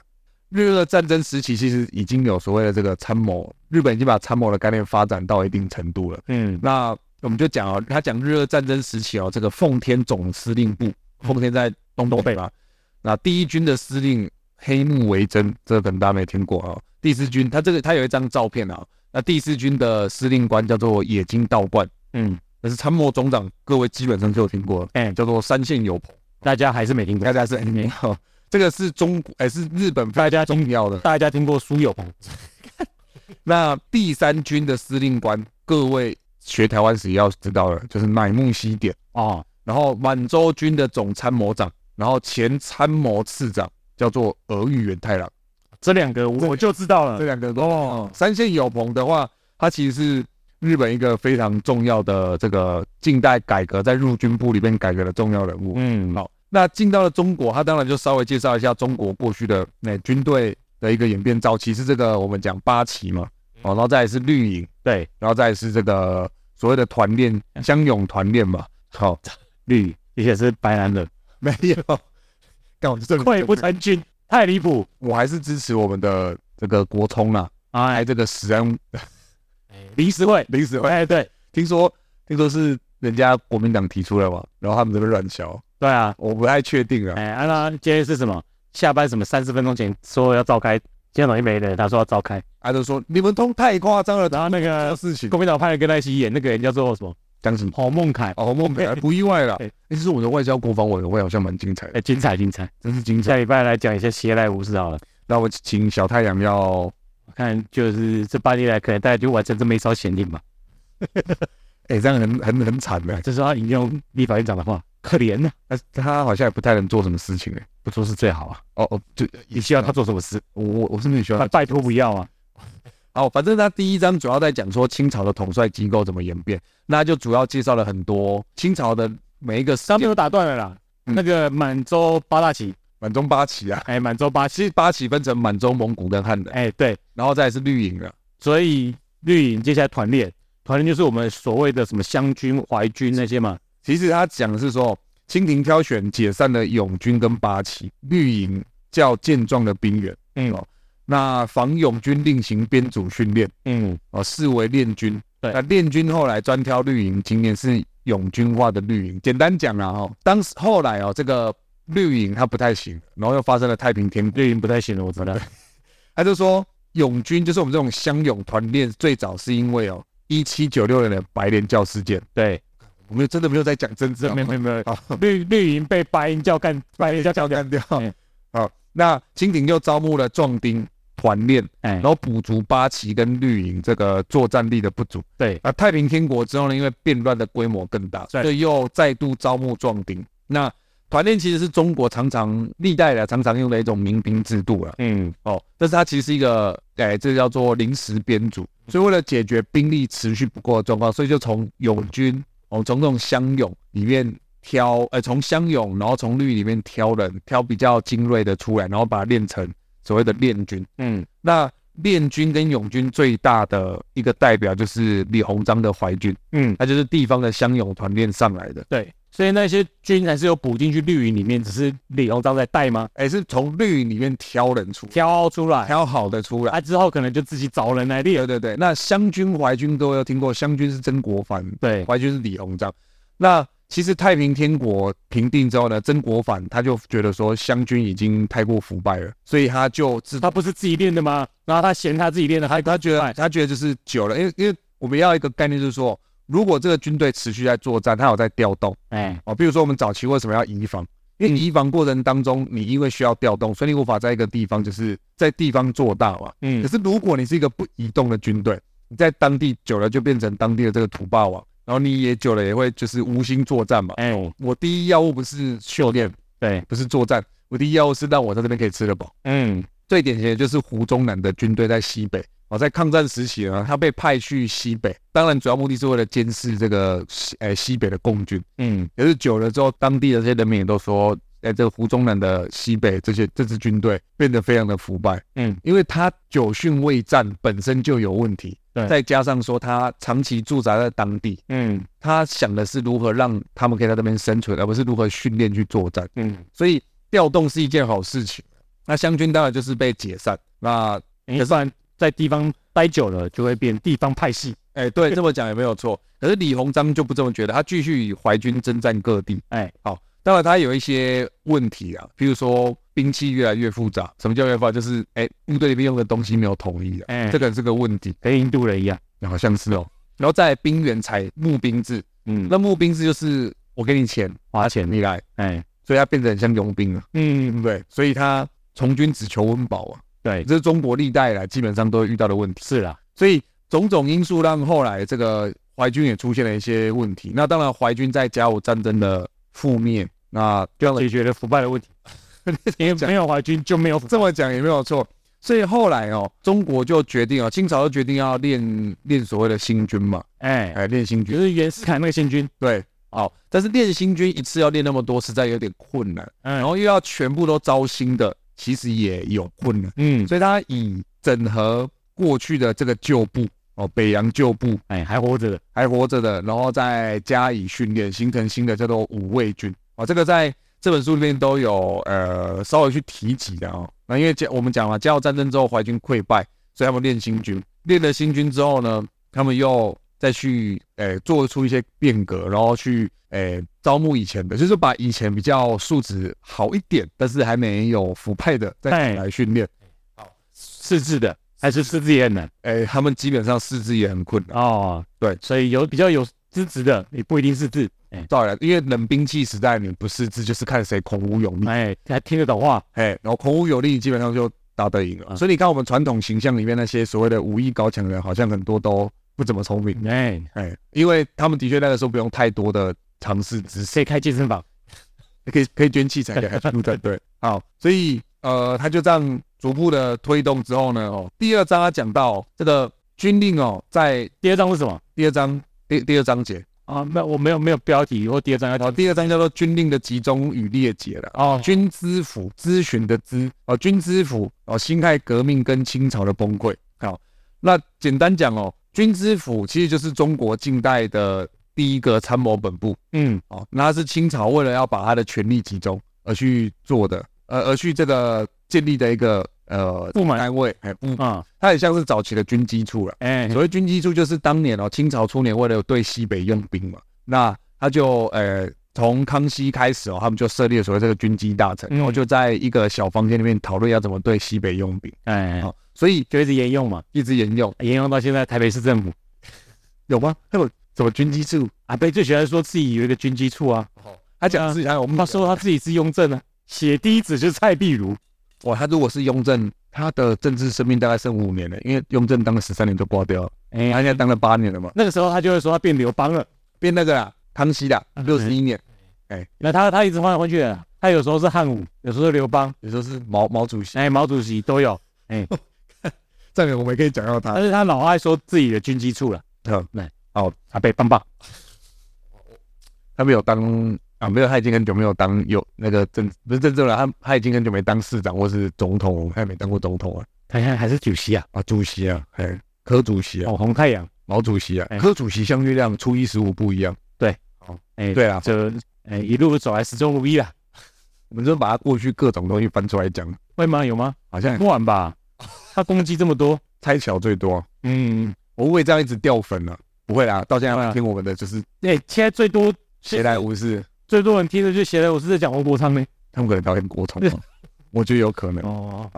S2: 日俄战争时期其实已经有所谓的这个参谋，日本已经把参谋的概念发展到一定程度了。
S1: 嗯
S2: 那我们就讲哦，他讲日俄战争时期哦，这个奉天总司令部，奉天在东东北嘛，那第一军的司令黑木维真，这个可能大家没听过哦。第四军，他这个他有一张照片啊，那第四军的司令官叫做野津道贯，
S1: 嗯，
S2: 那是参谋总长，各位基本上就有听过了，
S1: 哎，
S2: 叫做山县有朋，
S1: 大家还是没听过
S2: 大，家是没有，这个是中国，哎，是日本
S1: 大家
S2: 重要的。
S1: 大家听过苏有朋，
S2: 那第三军的司令官，各位学台湾史要知道了，就是乃木希典。
S1: 哦，
S2: 然后满洲军的总参谋长，然后前参谋次长叫做俄玉源太郎，
S1: 这两个我我就知道
S2: 这
S1: 了。
S2: 两个哦。三线友朋的话，他其实是日本一个非常重要的这个近代改革，在陆军部里面改革的重要人物。
S1: 嗯，
S2: 好，那进到了中国，他当然就稍微介绍一下中国过去的那、军队的一个演变。早期是这个我们讲八旗嘛，哦，然后再来是绿营，
S1: 对，
S2: 然后再来是这个所谓的团练
S1: 嗯
S2: 乡勇团练嘛。好、
S1: 绿的确是白男人，
S2: 没有，但我这
S1: 溃不成军，太离谱。
S2: 我还是支持我们的这个国通啦，还
S1: 哎
S2: 有，这个食安
S1: 临时会，
S2: 临时会，
S1: 哎，对，
S2: 听说听说是人家国民党提出来嘛，然后他们这边乱敲，
S1: 对啊，
S2: 我不太确定啊。
S1: 哎，啊那今天是什么？下班什么三十分钟前说要召开，今天早上没人，他说要召开，
S2: 他就说你们通太夸张了，
S1: 然啊后那
S2: 这
S1: 个
S2: 事情
S1: 国民党派人跟他一起演那个人叫做什么
S2: 讲什么？
S1: 侯梦凯，
S2: 哦，我们不意外啦。
S1: 哎
S2: 哎，其实我们的外交国防委员会好像蛮精彩的，
S1: 哎，精彩精彩，
S2: 真是精彩。
S1: 下礼拜来讲一些邪来无事好了。
S2: 那我请小太阳要
S1: 我看就是这八年来，可能大家就完成这么一艘潜艇吧。
S2: 哎、这样很很很惨的、
S1: 这是他引用立法院长的话，可怜啊呐、
S2: 但是他好像也不太能做什么事情哎、
S1: 不做是最好啊。
S2: 哦哦，对，
S1: 你希望他做什么事？
S2: 我我我是没有喜欢
S1: 拜拜托不要啊！
S2: 哦，反正他第一章主要在讲说清朝的统帅机构怎么演变，那就主要介绍了很多清朝的每一个
S1: 刚
S2: 上
S1: 被
S2: 面
S1: 我打断了啦。
S2: 嗯
S1: 那个满洲八大旗，
S2: 满洲八旗啊，
S1: 哎，满洲八旗，
S2: 其实八旗分成满洲、蒙古跟汉人，
S1: 哎，对，
S2: 然后再来是绿营了，
S1: 所以绿营接下来团练，团练就是我们所谓的什么湘军、淮军那些嘛。
S2: 其实他讲的是说，清廷挑选解散了永军跟八旗，绿营较健壮的兵员，
S1: 嗯
S2: 哦那防永军另行编组训练，
S1: 嗯，
S2: 哦，视为练军。
S1: 对
S2: 那练军后来专挑绿营，今年是永军化的绿营。简单讲啦，哦，当时后来哦，这个绿营它不太行，然后又发生了太平天国，
S1: 绿营不太行了，我知道。
S2: 他就说永军就是我们这种乡勇团练，最早是因为哦，一七九六年的白莲教事件，
S1: 对，
S2: 我们真的没有在讲政治
S1: 这
S2: 哦，
S1: 没没没，
S2: 好，
S1: 绿绿营被白营教干，白营教
S2: 要
S1: 干掉。
S2: 干掉
S1: 嗯。
S2: 好，那清廷又招募了壮丁团练，
S1: 哎
S2: 然，后补足八旗跟绿营这个作战力的不足。
S1: 对，
S2: 啊，太平天国之后呢，因为变乱的规模更大，
S1: 对
S2: 所以又再度招募壮丁。那团练其实是中国常常历代来常常用的一种民兵制度了。
S1: 嗯，
S2: 哦，但是它其实是一个，哎，这叫做临时编组。
S1: 嗯
S2: 所以为了解决兵力持续不够的状况，所以就从友军，哦，从这种乡勇里面挑，呃，从乡勇，然后从绿里面挑人，挑比较精锐的出来，然后把它练成所谓的练军。
S1: 嗯，
S2: 那练军跟勇军最大的一个代表就是李鸿章的淮军，
S1: 嗯，
S2: 他就是地方的乡勇团练上来的。
S1: 对，所以那些军还是有补进去绿营里面，只是李鸿章在带吗？
S2: 哎，是从绿里面挑人出来，
S1: 挑出来，
S2: 挑好的出来。
S1: 啊，之后可能就自己找人来练。
S2: 对对对，那湘军、淮军各位都听过，湘军是曾国藩，
S1: 对，
S2: 淮军是李鸿章。那其实太平天国平定之后呢，曾国藩他就觉得说湘军已经太过腐败了，所以他就自
S1: 他不是自己练的吗？然后他嫌他自己练的，他哎
S2: 他觉得他觉得就是久了，因为因为我们要一个概念就是说，如果这个军队持续在作战，他有在调动。
S1: 哎，
S2: 哦，比如说我们早期为什么要移防？因为移防过程当中，你因为需要调动，所以你无法在一个地方就是在地方做大嘛。可
S1: 嗯，
S2: 是如果你是一个不移动的军队，你在当地久了就变成当地的这个土霸王，然后你也久了也会就是无心作战嘛。
S1: 哎，
S2: 我第一要务不是训练，
S1: 对，
S2: 不是作战，我第一要务是让我在这边可以吃得饱。
S1: 嗯，
S2: 最典型的就是胡宗南的军队在西北。哦，在抗战时期呢，他被派去西北，当然主要目的是为了监视这个西呃西北的共军。
S1: 嗯，
S2: 可是久了之后，当地的这些人民也都说，哎、这个胡宗南的西北这些这支军队变得非常的腐败，
S1: 嗯，
S2: 因为他久训未战本身就有问题，
S1: 对
S2: 再加上说他长期驻扎在当地，
S1: 嗯，
S2: 他想的是如何让他们可以在那边生存，而不是如何训练去作战，
S1: 嗯，
S2: 所以调动是一件好事情。那湘军当然就是被解散，那
S1: 哎不然在地方待久了就会变地方派系。
S2: 哎、 对，这么讲也没有错。可是李鸿章就不这么觉得，他继续与淮军征战各地。
S1: 哎，
S2: 好，当然他有一些问题啊，比如说兵器越来越复杂。什么叫越来越复杂？就是哎、部队里面用的东西没有统一啊，
S1: 哎
S2: 这，个是个问题，
S1: 跟印度人一样。
S2: 好像是哦。然后再来兵员采募兵制，
S1: 嗯，
S2: 那募兵制就是我给你钱，
S1: 花钱。
S2: 你来，
S1: 哎，
S2: 所以他变得很像佣兵了，对
S1: 嗯，
S2: 不对？所以他从军只求温饱啊，
S1: 对，
S2: 这是中国历代以来基本上都会遇到的问题。
S1: 是啦，
S2: 所以种种因素让后来这个淮军也出现了一些问题。那当然，淮军在甲午战争的覆灭，那这样
S1: 解决了腐败的问题。因为没有淮军就没有腐败
S2: 这么讲也没有错。所以后来哦，中国就决定哦，清朝就决定要练练所谓的新军嘛，
S1: 哎，
S2: 哎，练新
S1: 就
S2: 军，
S1: 是袁世凯那个宪军。
S2: 对，哦，但是练新军一次要练那么多，实在有点困难，
S1: 嗯
S2: 然后又要全部都招新的，其实也有困难，
S1: 嗯，
S2: 所以他以整合过去的这个旧部哦，北洋旧部
S1: 哎，还活着的。
S2: 还活着的，然后再加以训练，形成新的叫做五味军啊、哦。这个在这本书里面都有呃稍微去提及的哦。那因为甲我们讲了甲午战争之后淮军溃败，所以他们练新军，练了新军之后呢，他们又再去呃做出一些变革，然后去呃招募以前的，就是把以前比较素质好一点，但是还没有腐败的再
S1: 哎
S2: 来训练。
S1: 试制的，还是试制也很难
S2: 哎，他们基本上四肢也很困难。
S1: 哦。
S2: 对
S1: 所以有比较有资质的，你不一定是字。哎
S2: 当然，因为冷兵器时代，你不识字就是看谁孔武有力。
S1: 哎，还听得懂话。
S2: 哎，然后孔武有力，基本上就打得赢了。
S1: 嗯
S2: 所以你看，我们传统形象里面那些所谓的武艺高强的人，好像很多都不怎么聪明，
S1: 哎，
S2: 哎，因为他们的确那个时候不用太多的尝试知 识，
S1: 谁开健身房？
S2: 可以可以捐器材给陆战队。好，所以呃，他就这样逐步的推动之后呢，哦，第二章他讲到这个军令哦，在
S1: 第二章是什么
S2: 第二章第第二章节，
S1: 啊？没有，我没有没有标题或第二章要
S2: 哦，
S1: 挑
S2: 第二章叫做军令的集中与列解了。
S1: 哦
S2: 军资府咨询的咨哦，军资府哦，辛亥革命跟清朝的崩溃。好，那简单讲哦，军资府其实就是中国近代的第一个参谋本部
S1: 嗯
S2: 哦，那它是清朝为了要把他的权力集中而去做的，呃，而去这个建立的一个呃
S1: 部门
S2: 单位，哎部，
S1: 啊
S2: 它也像是早期的军机处了。
S1: 哎
S2: 所谓军机处就是当年哦，清朝初年为了对西北用兵嘛，那他就呃从康熙开始哦，他们就设立了所谓这个军机大臣，
S1: 嗯
S2: 然后就在一个小房间里面讨论要怎么对西北用兵。
S1: 哎，
S2: 好，所以
S1: 就一直沿用嘛，
S2: 一直沿用
S1: 沿用到现在台北市政府
S2: 有吗？他有什么军机处？
S1: 啊，被最喜欢说自己有一个军机处啊，
S2: 他讲自己，我们
S1: 他说他自己是雍正啊，写第一子就是蔡壁如，
S2: 哇，他如果是雍正，他的政治生命大概剩五年了，因为雍正当了十三年就挂掉了，
S1: 哎
S2: 他现在当了八年了嘛，
S1: 那个时候他就会说他变刘邦了。
S2: 变那个啦，康熙啦，六十一年，
S1: 那他他一直换来换去的，他有时候是汉武，有时候是刘邦，
S2: 有时候是毛毛主席，
S1: 哎，毛主席都有。
S2: 这个我们也可以讲到他
S1: 但是他老爱说自己的军机处了，
S2: 哦，
S1: 阿北棒棒。
S2: 他没有当啊，没有，他已经很久没有当有那个政不是政治了，他他已经很久没当市长或是总统，他也没当过总统啊，
S1: 他现在还是主席啊，
S2: 啊，主席啊，哎，柯主席啊，
S1: 哦，红太阳，
S2: 毛主席啊，
S1: 哎
S2: 柯主席像月亮初一十五不一样，
S1: 哎，
S2: 对啊
S1: 这哎一路走来始终如一啊啦，
S2: 我们就把他过去各种东西翻出来讲，
S1: 会吗？有吗？
S2: 好像
S1: 不晚吧，他攻击这么多，
S2: 猜巧最多，
S1: 嗯，
S2: 我会不会这样一直掉粉了、不会啦，到现
S1: 会啊
S2: 在听我们的就是
S1: 哎，现在最多
S2: 闲来无事，
S1: 最多人听的就写了，我是在讲黄国昌呢。
S2: 他们可能讨厌国统 吧，我觉得有可能。
S1: 哦，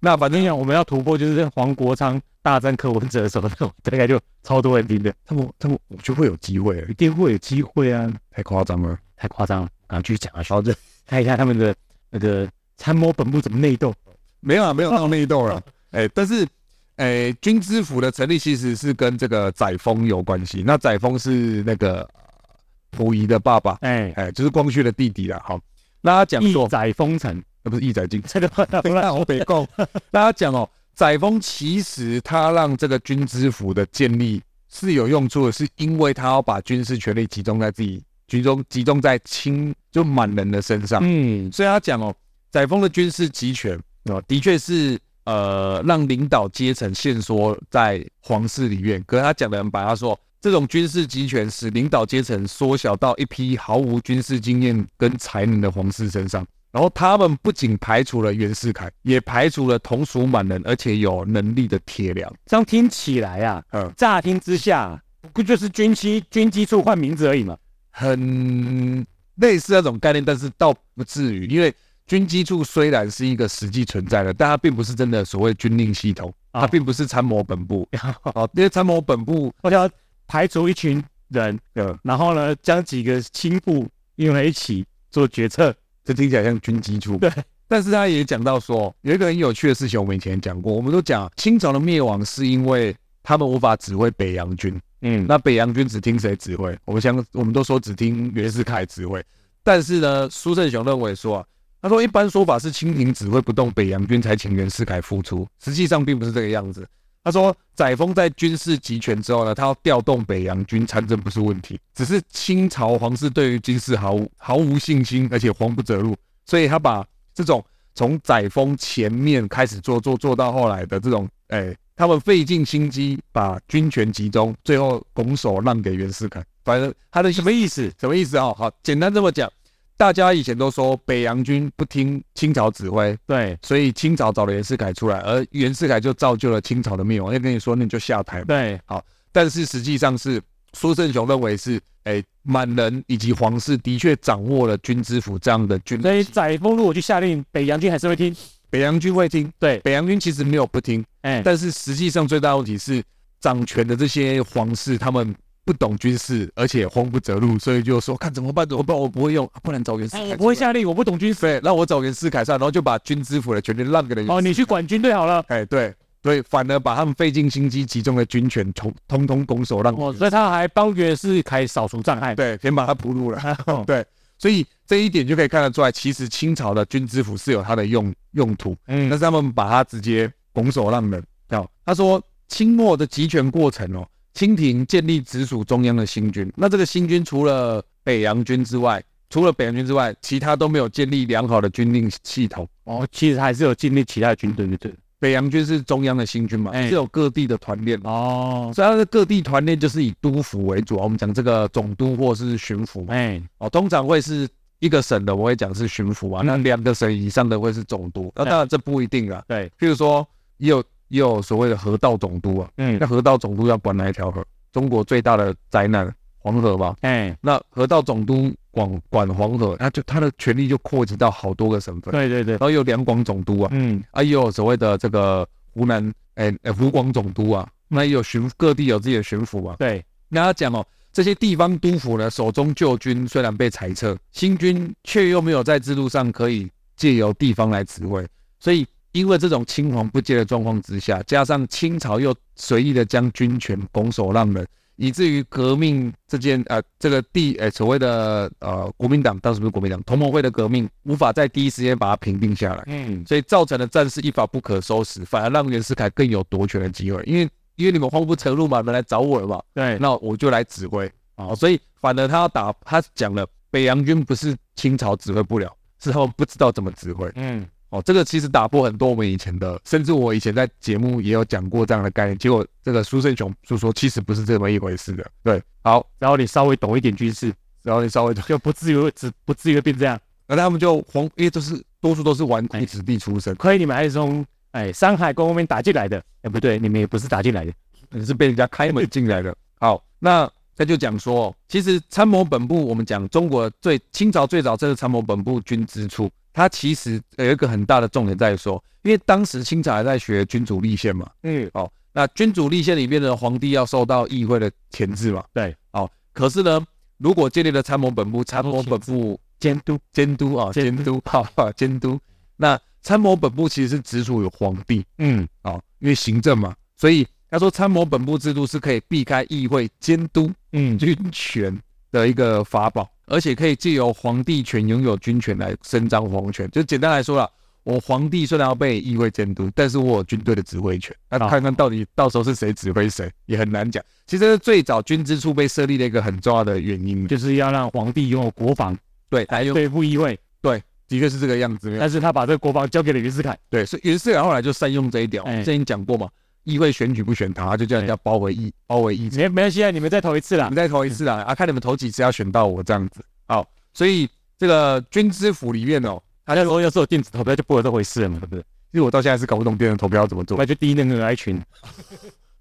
S2: 那
S1: 我
S2: 反
S1: 跟
S2: 正
S1: 你讲，我们要突破就是黄国昌大战柯文哲的时 候，那种大概就超多人听的，
S2: 他们他们我觉得会有机会，
S1: 一定会有机会啊。
S2: 太夸张了。
S1: 太夸张了，啊，继续讲下去。好的，看一下他们的那个参谋本部怎么内斗。
S2: 没有啊，没有到内斗了。哎、但是，哎、军知府的成立其实是跟这个载沣有关系。那载沣是那个呃溥仪的爸爸，
S1: 哎，
S2: 哎、就是光绪的弟弟啦。好，那他讲
S1: 一
S2: 说，
S1: 载风 尘，
S2: 那不是义载进，
S1: 这个话
S2: 对那我北够。那他讲哦，载沣其实他让这个军知府的建立是有用处的，是因为他要把军事权力集中在自己集中集中在清就满人的身上。
S1: 嗯，
S2: 所以他讲哦，载沣的军事集权哦，的确是呃让领导阶层限缩在皇室里面。可是他讲的很白，他说这种军事集权使领导阶层缩小到一批毫无军事经验跟才能的皇室身上。然后他们不仅排除了袁世凯，也排除了同属满人而且有能力的铁梁。
S1: 这样听起来啊，
S2: 嗯，
S1: 乍听之下，不就是军机军机处换名字而已嘛？
S2: 很类似那种概念，但是倒不至于，因为军机处虽然是一个实际存在的，但它并不是真的所谓军令系统，
S1: 啊
S2: 它并不是参谋 本部。哦，因为参谋本部，
S1: 我想要排除一群人，
S2: 呃，
S1: 然后呢，将几个心腹用在一起做决策。
S2: 这听起来像军机处。
S1: 对。
S2: 但是他也讲到说，有一个很有趣的事情，我们以前讲过，我们都讲清朝的灭亡是因为他们无法指挥北洋军，
S1: 嗯，
S2: 那北洋军只听谁指挥？我们相我们都说只听袁世凯指挥，但是呢，苏振雄认为说啊，他说一般说法是清廷指挥不动北洋军，才请袁世凯复出，实际上并不是这个样子。他说，载沣在军事集权之后呢，他要调动北洋军参政不是问题，只是清朝皇室对于军事毫无毫无信心，而且慌不择路，所以他把这种从载沣前面开始做做做到后来的这种，哎、他们费尽心机把军权集中，最后拱手让给袁世凯。反正他的
S1: 什么意思？
S2: 什么意思啊、好，简单这么讲，大家以前都说北洋军不听清朝指挥，
S1: 对
S2: 所以清朝找了袁世凯出来，而袁世凯就造就了清朝的灭亡。要跟你说，那你就下台吧。
S1: 对，
S2: 但是实际上是苏振雄认为是，哎，满人以及皇室的确掌握了军知府这样的军，
S1: 所以载沣如果去下令，北洋军还是会听。
S2: 北洋军会听，
S1: 对，
S2: 北洋军其实没有不听，
S1: 哎，
S2: 但是实际上最大问题是掌权的这些皇室他们。不懂军事，而且慌不择路，所以就说看怎么办怎么办，我不会用，啊不然找袁世
S1: 哎，
S2: 凯出来。
S1: 我不会下令，我不懂军事。嗯
S2: 对，让我找袁世凯上，然后就把军知府的权力让给了袁世凯。
S1: 哦，你去管军队好了。
S2: 哎，对，所以反而把他们费尽心机集中的军权通通通拱手让
S1: 哦，所以他还帮爵士凯扫除障碍。
S2: 对，先把它铺路了。
S1: 哦，
S2: 对，所以这一点就可以看得出来，其实清朝的军知府是有它的用用途，但
S1: 嗯，
S2: 是他们把它直接拱手让人。哦，他说清末的集权过程哦，清廷建立直属中央的新军，那这个新军除了北洋军之外，除了北洋军之外，其他都没有建立良好的军令系统。
S1: 哦，其实还是有建立其他的军队，对对。
S2: 北洋军是中央的新军嘛，
S1: 哎
S2: 是有各地的团练嘛。
S1: 哦，
S2: 所以它的各地团练就是以督府为主啊，我们讲这个总督或是巡抚嘛，
S1: 哎，
S2: 哦，通常会是一个省的，我会讲是巡抚啊，那
S1: 嗯
S2: 两个省以上的会是总督，那当然这不一定啊，
S1: 对，
S2: 譬如说也有也有所谓的河道总督啊，
S1: 嗯
S2: 那，河道总督要管哪一条河？中国最大的灾难黄河嘛，
S1: 哎，
S2: 那河道总督管管黄河，那就他的权力就扩及到好多个省份，
S1: 对对对
S2: 然，后有两广总督啊，
S1: 嗯，
S2: 啊，也有所谓的这个湖南，哎、哎，湖广总督啊，那也有巡各地有自己的巡抚嘛。啊
S1: 对，
S2: 那他讲哦，这些地方督府呢，手中旧军虽然被裁撤，新军却又没有在制度上可以借由地方来指挥，所以因为这种青黄不接的状况之下，加上清朝又随意的将军权拱手让人。以至于革命这件呃这个地呃所谓的呃国民党当时不是国民党同盟会的革命无法在第一时间把它平定下来，
S1: 嗯，
S2: 所以造成的战事一发不可收拾，反而让袁世凯更有夺权的机会，因为因为你们慌不择路嘛，你们来找我了嘛，
S1: 对，
S2: 那我就来指挥啊、所以反而他要打，他讲了，北洋军不是清朝指挥不了，是他们不知道怎么指挥
S1: 嗯，
S2: 哦。这个其实打破很多我们以前的，甚至我以前在节目也有讲过这样的概念，结果这个苏胜雄就说其实不是这么一回事的。对，好，
S1: 然后你稍微懂一点军事，
S2: 然后你稍微就，
S1: 就不至于只不至于会变这样。
S2: 那他们就黄，因为都是多数都是纨绔子弟出身，
S1: 亏你们还是从哎山海关外面打进来的，哎不对，你们也不是打进来的。
S2: 你是被人家开门进来的。 好，那他就讲说，其实参谋本部，我们讲中国最清朝最早这个参谋本部军支处，它其实呃有一个很大的重点在于说，因为当时清朝还在学君主立宪嘛，
S1: 嗯，
S2: 哦，那君主立宪里面的皇帝要受到议会的钳制嘛，
S1: 对，
S2: 哦，可是呢，如果建立了参谋本部，参谋本部
S1: 监督，
S2: 监督啊，监
S1: 监
S2: 督，好，监督，那参谋本部其实是直属于皇帝，
S1: 嗯，
S2: 哦，因为行政嘛，所以他说参谋本部制度是可以避开议会监督
S1: 嗯，
S2: 军权的一个法宝，而且可以借由皇帝权拥有军权来伸张皇权。就简单来说啦，我皇帝虽然要被议会监督，但是我有军队的指挥权。那
S1: 啊
S2: 看看到底到时候是谁指挥谁，也很难讲。其实这是最早军之处被设立的一个很重要的原因，就
S1: 就是要让皇帝拥有国防，
S2: 对，来用
S1: 哎对付哎议会，
S2: 的确是这个样子。没有
S1: 但是他把这个国防交给了袁世凯。
S2: 对，所以袁世凯后来就善用这一点。哦
S1: 哎
S2: 之前讲过嘛，议会选举不选他，他就叫人家包围议包围议
S1: 没没关系啊，你们再投一次啦
S2: 你。再投一
S1: 嗯
S2: 次啦，啊，看你们投几次要选到我这样子。好，所以这个军知府里面哦，
S1: 他就说，要是有电子投票就不会有这回事了嘛，对不对？
S2: 其实我到现在是搞不懂别人投票要怎么做。
S1: 那就第一那个 I 群，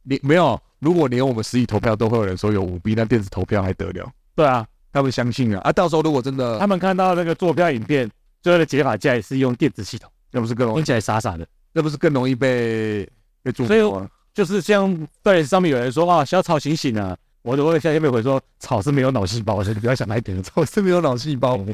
S2: 你没有，如果连我们实体投票都会有人说有舞弊，那电子投票还得了？
S1: 对啊，
S2: 他们相信啊，啊，到时候如果真的，
S1: 他们看到那个坐票影片，最后的解法竟然是用电子系统，
S2: 那不是更容易
S1: 听，起来傻傻的。
S2: 那不是更容易被被做？
S1: 所以就是像对上面有人说啊，小草醒醒啊，我都会下面回说草是没有脑细胞的，你不要想太多。
S2: 我是没有脑细胞。
S1: 嗯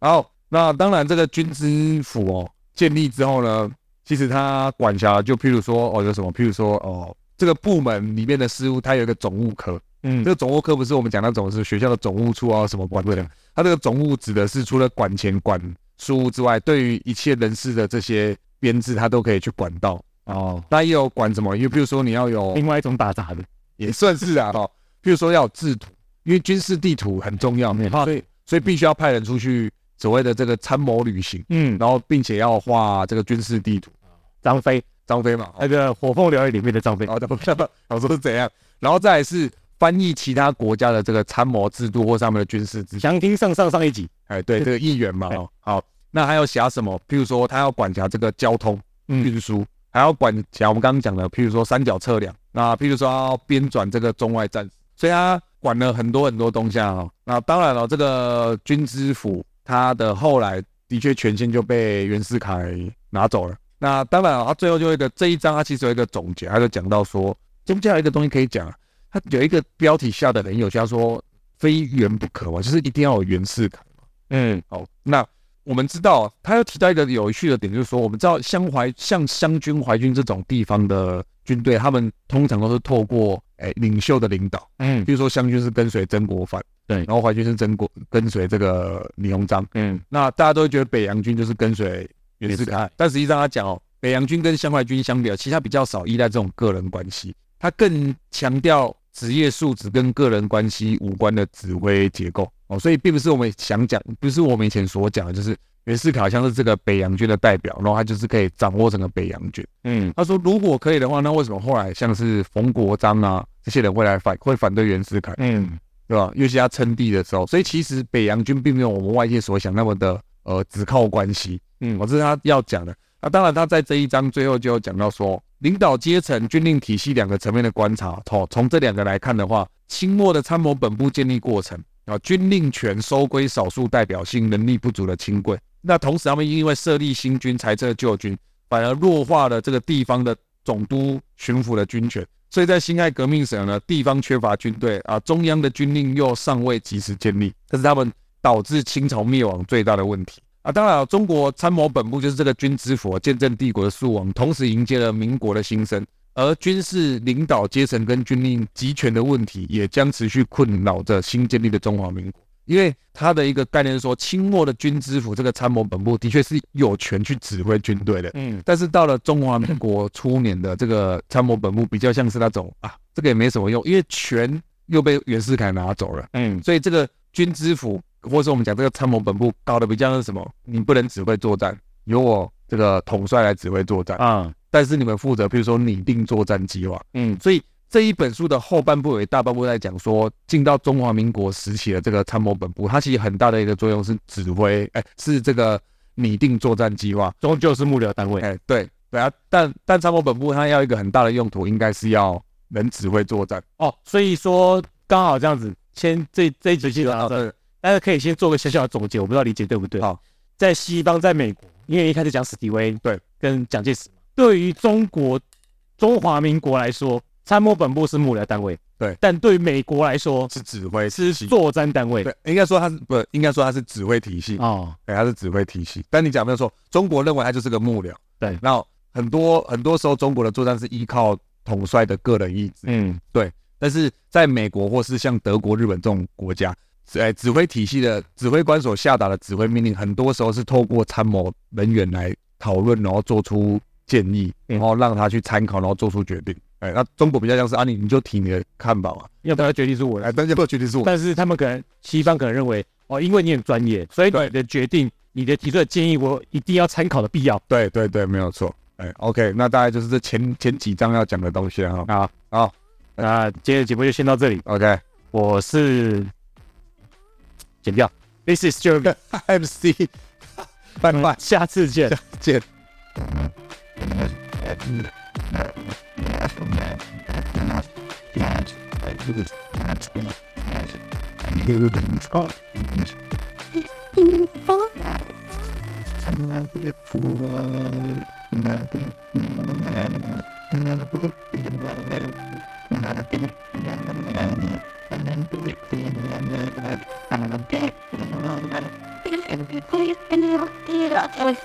S2: 好，那当然这个军知府哦建立之后呢，其实他管辖就譬如说哦有什么，譬如说哦这个部门里面的事务，它有一个总务科，
S1: 嗯
S2: 这，个总务科不是我们讲那种是学校的总务处啊，什么管的，它这个总务指的是除了管钱管事务之外，对于一切人事的这些编制，它都可以去管到。
S1: 哦，嗯
S2: 那也有管什么？因为比如说你要有，
S1: 另外一种打杂的，
S2: 也算是啊哈、比如说要有制图，因为军事地图很重要，
S1: 嗯
S2: 所以所以必须要派人出去所谓的这个参谋旅行，
S1: 嗯，
S2: 然后并且要画这个军事地图。
S1: 张飞
S2: 张飞嘛，哦
S1: 那个《火凤燎原》里面的张飞，
S2: 哦，怎么怎么，我说是怎样？然后再来是翻译其他国家的这个参谋制度或是他们的军事制度。
S1: 详听上上上一集，
S2: 哎，对，这个议员嘛，哦，好，那还要辖什么？譬如说，他要管辖这个交通、
S1: 嗯
S2: 运输，还要管辖我们刚刚讲的，譬如说三角测量，那譬如说要编转这个中外战，所以他管了很多很多东西啊、哦。那当然了、这个军知府他的后来的确权限就被袁世凯拿走了。那当然了、他最后就有一个这一章，他其实有一个总结，他就讲到说，中间有一个东西可以讲啊，他有一个标题下的很有趣，他说非袁不可嘛，就是一定要有袁世凯。
S1: 嗯，
S2: 哦，那我们知道，他又提到一个有趣的点，就是说，我们知道湘淮像湘军、淮军这种地方的军队，他们通常都是透过哎领袖的领导，
S1: 嗯
S2: 比如说湘军是跟随曾国藩，
S1: 对
S2: 然后淮军是曾国跟随这个李鸿章，
S1: 嗯，
S2: 那大家都会觉得北洋军就是跟随袁
S1: 袁
S2: 世
S1: 世
S2: 凯，但实际上他讲哦，北洋军跟湘淮军相比，其实他比较少依赖这种个人关系，他更强调职业素质跟个人关系无关的指挥结构哦，所以并不是我们想讲，不是我们以前所讲的，就是袁世凯好像是这个北洋军的代表，然后他就是可以掌握整个北洋军。
S1: 嗯
S2: 他说如果可以的话，那为什么后来像是冯国璋啊这些人会来反会反对袁世凯？
S1: 嗯
S2: 对吧？尤其他称帝的时候，所以其实北洋军并没有我们外界所想那么的呃只靠关系，
S1: 嗯
S2: 我这是他要讲的。那、当然，他在这一章最后就有讲到说，领导阶层、军令体系两个层面的观察，从从这两个来看的话，清末的参谋本部建立过程啊，军令权收归少数代表性能力不足的清贵，那同时他们因为设立新军、裁撤旧军，反而弱化了这个地方的总督、巡抚的军权。所以在辛亥革命时呢，地方缺乏军队啊，中央的军令又尚未及时建立，这是他们导致清朝灭亡最大的问题啊。当然啊、中国参谋本部就是这个军之佛，见证帝国的速亡，同时迎接了民国的新生。而军事领导阶层跟军令集权的问题，也将持续困扰着新建立的中华民国。因为他的一个概念是说，清末的军知府这个参谋本部的确是有权去指挥军队的，
S1: 嗯
S2: 但是到了中华民国初年的这个参谋本部，比较像是那种啊，这个也没什么用，因为权又被袁世凯拿走了，
S1: 嗯
S2: 所以这个军知府或是我们讲这个参谋本部搞得比较像是什么，你不能指挥作战，由我这个统帅来指挥作战，
S1: 啊
S2: 但是你们负责，比如说拟定作战计划，
S1: 嗯
S2: 所以这一本书的后半部有一大半部在讲说，进到中华民国时期的这个参谋本部，它其实很大的一个作用是指挥，哎，是这个拟定作战计划，
S1: 终究是幕僚单位，
S2: 哎，对对啊，但但参谋本部它要一个很大的用途，应该是要能指挥作战。
S1: 哦，所以说刚好这样子，先这这一集基本上
S2: 对
S1: 大家可以先做个小小的总结，我不知道理解对不对。
S2: 好，
S1: 在西方，在美国，因为一开始讲史迪威
S2: 对
S1: 跟蒋介石嘛，对于中国中华民国来说，参谋本部是幕僚单位，
S2: 对
S1: 但对于美国来说
S2: 是指挥
S1: 是作战单位。
S2: 对，应该说它是不，应该说它是指挥体系。
S1: 哦，
S2: 对，它是指挥体系。但你讲没有错，中国认为它就是个幕僚。
S1: 对
S2: 那很多很多时候中国的作战是依靠统帅的个人意志。
S1: 嗯
S2: 但是在美国或是像德国、日本这种国家，呃，指挥体系的指挥官所下达的指挥命令，很多时候是透过参谋人员来讨论，然后做出建议，然后让他去参考，然后做出决定。哎，那中国比较像是啊，你你就提你的看法嘛，
S1: 要不要决定是我
S2: 哎，
S1: 来？
S2: 但是不决定是我，
S1: 但是他们可能西方可能认为，哦，因为你很专业，所以你
S2: 对
S1: 的决定、你的提出的建议，我一定要参考的必要。
S2: 对对对，没有错。哎，OK，那大概就是这前前几章要讲的东西了哈。
S1: 好，
S2: 好，
S1: 啊那今天的节目就先到这里。
S2: OK，MC
S1: 我是剪掉，This is Jeremy。
S2: 拜拜，
S1: 下次见。
S2: 见。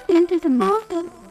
S3: Thank you.